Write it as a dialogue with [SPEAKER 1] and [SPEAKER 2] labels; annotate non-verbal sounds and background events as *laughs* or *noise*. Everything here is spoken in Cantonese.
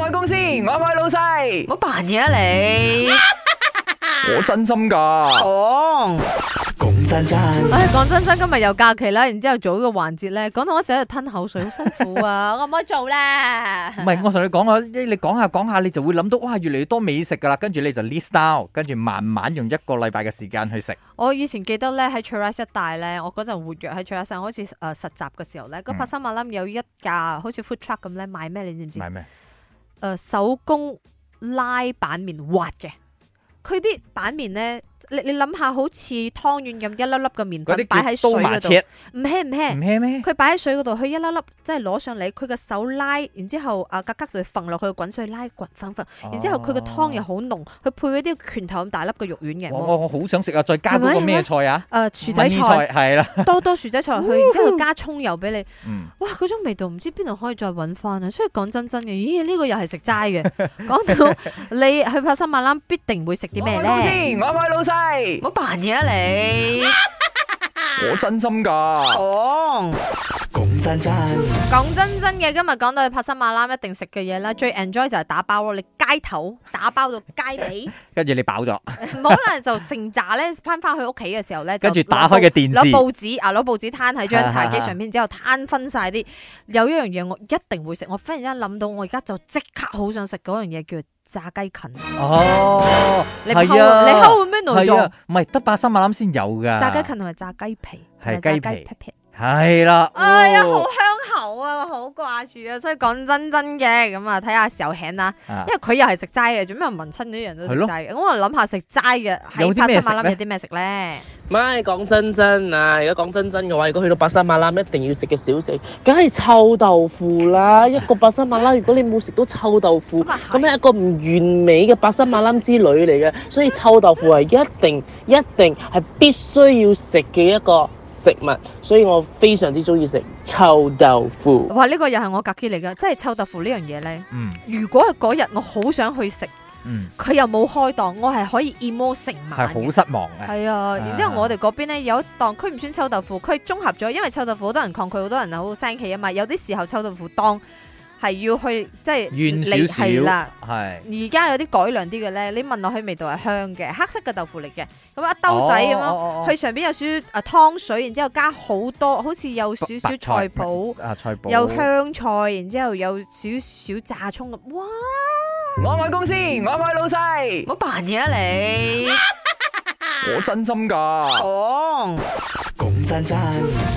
[SPEAKER 1] ，我愛老細
[SPEAKER 2] *laughs* 唔，好扮嘢啊你！
[SPEAKER 1] 我真心㗎。
[SPEAKER 2] 講，
[SPEAKER 3] 講真真，
[SPEAKER 2] 唉，講真真，今日又假期啦，然之後做呢個環節咧，講到我一直喺度吞口水，好辛苦 *laughs* 啊！可唔可以做咧？
[SPEAKER 1] 唔係，我同你講啊，你你講下講下，你就會諗到哇，越嚟越多美食㗎啦，跟住你就 list down，跟住慢慢用一個禮拜嘅時間去食。
[SPEAKER 2] 我以前記得咧喺 Cheras 一帶咧，我嗰陣活躍喺 Cheras，好似誒實習嘅時候咧，嗰帕三馬冧有一架好似 food truck 咁咧賣咩？你知唔知？誒、
[SPEAKER 1] 買咩？
[SPEAKER 2] 手工拉板面滑嘅，佢啲板面咧，你你諗下好似湯圓咁一粒粒嘅面
[SPEAKER 1] 嗰
[SPEAKER 2] 粉
[SPEAKER 1] 啲
[SPEAKER 2] 擺喺水
[SPEAKER 1] 叫刀麻
[SPEAKER 2] 嗰度，
[SPEAKER 1] 切，
[SPEAKER 2] 唔輕唔輕
[SPEAKER 1] 唔。輕咩？
[SPEAKER 2] 佢擺喺水嗰度，佢一粒粒即係攞上嚟，佢嘅手拉，然之後啊格格就揈落去滾水拉滾滾滾，然之後佢個湯又
[SPEAKER 1] 哦
[SPEAKER 2] 好濃，佢配嗰啲拳頭咁大粒嘅肉丸嘅，
[SPEAKER 1] 我
[SPEAKER 2] 誒、
[SPEAKER 1] 我我好想食啊！再加嗰個
[SPEAKER 2] 係咪
[SPEAKER 1] 咩菜啊？
[SPEAKER 2] 呃、薯仔
[SPEAKER 1] 炆
[SPEAKER 2] 菜
[SPEAKER 1] 係啦，
[SPEAKER 2] 多多薯仔菜去，然之後加葱油俾你，
[SPEAKER 1] 嗯，
[SPEAKER 2] 哇！嗰種味道唔知邊度可以再揾翻啊！所以講真真嘅，咦呢、個又係食齋嘅。講到你去帕森馬蘭必定會食啲咩咧？
[SPEAKER 1] 先，我愛老細
[SPEAKER 2] 唔，好扮嘢啊你！
[SPEAKER 1] 我真心㗎。
[SPEAKER 2] 講。
[SPEAKER 3] 講真真，
[SPEAKER 2] 講真真嘅，今日講到去帕森馬拉一定食嘅嘢啦，最 enjoy 就係打包咯。你街頭打包到街
[SPEAKER 1] *laughs*
[SPEAKER 2] 尾，
[SPEAKER 1] 跟住你飽咗，
[SPEAKER 2] 唔好啦，就成扎咧翻翻去屋企嘅時候咧，就
[SPEAKER 1] 跟住打開嘅電視
[SPEAKER 2] 攞報紙啊，攞報紙攤喺張茶幾上邊之後攤分晒啲。有一樣嘢我一定會食，我忽然間諗到，我而家就即刻好想食嗰樣嘢，叫做炸雞芹。
[SPEAKER 1] 哦，
[SPEAKER 2] 你
[SPEAKER 1] 係
[SPEAKER 2] 拋
[SPEAKER 1] 啊
[SPEAKER 2] 你拋去咩度
[SPEAKER 1] 係
[SPEAKER 2] 做
[SPEAKER 1] 啊？，唔係得八三馬欖先有㗎。
[SPEAKER 2] 炸雞芹同埋炸雞皮，同埋
[SPEAKER 1] 係
[SPEAKER 2] 炸
[SPEAKER 1] 雞
[SPEAKER 2] 雞
[SPEAKER 1] 皮
[SPEAKER 2] pat pat
[SPEAKER 1] 係啦，
[SPEAKER 2] 哎呀，好
[SPEAKER 1] 哦
[SPEAKER 2] 香口啊，我好掛住啊，所以講真真嘅，咁啊睇下時候慶啦，
[SPEAKER 1] 啊
[SPEAKER 2] 因為佢又係食齋嘅，做咩問親啲人都食
[SPEAKER 1] 係咯
[SPEAKER 2] 齋嘅？咁我諗下食齋嘅喺
[SPEAKER 1] 有啲
[SPEAKER 2] 帕
[SPEAKER 1] 咩食
[SPEAKER 2] 森馬
[SPEAKER 1] 呢
[SPEAKER 2] 林有啲咩食咧？
[SPEAKER 4] 唔係講真真啊！如果講真真嘅話，如果去到白沙馬拉，一定要食嘅小食，梗係臭豆腐啦！一個白沙馬拉，如果你冇食到臭豆腐，
[SPEAKER 2] 咁啊係
[SPEAKER 4] 咁係一個唔完美嘅白沙馬拉之旅嚟嘅。所以臭豆腐係一定一定係必須要食嘅一個食物，所以我非常之中意食臭豆腐。
[SPEAKER 2] 哇，呢個又係我格機嚟嘅，即係臭豆腐呢樣嘢咧。
[SPEAKER 1] 嗯
[SPEAKER 2] 如果係嗰日我好想去食，
[SPEAKER 1] 嗯，
[SPEAKER 2] 佢又冇開檔，我係可以 emo 成
[SPEAKER 1] 係
[SPEAKER 2] 晚嘅
[SPEAKER 1] 好失望嘅。
[SPEAKER 2] 係啊，然之後我哋嗰邊咧有一檔，佢唔算臭豆腐，佢係綜合咗，因為臭豆腐好多人抗拒，好多人好生氣啊嘛。有啲時候臭豆腐檔係要去即係
[SPEAKER 1] 遠少
[SPEAKER 2] 離
[SPEAKER 1] 少
[SPEAKER 2] 係啦。
[SPEAKER 1] 係
[SPEAKER 2] 而家有啲改良啲嘅咧，你聞落去味道係香嘅，黑色嘅豆腐嚟嘅，咁一兜仔咁樣，
[SPEAKER 1] 樣
[SPEAKER 2] 佢上邊有少少啊湯水，然之後加好多，好似有少少菜脯，
[SPEAKER 1] 啊菜脯
[SPEAKER 2] 有香菜，然之後有少少炸葱咁，哇！
[SPEAKER 1] 我愛公司，我愛老細
[SPEAKER 2] 唔，好扮嘢啊你！
[SPEAKER 1] 我真心㗎。
[SPEAKER 2] 講。
[SPEAKER 3] 講真真。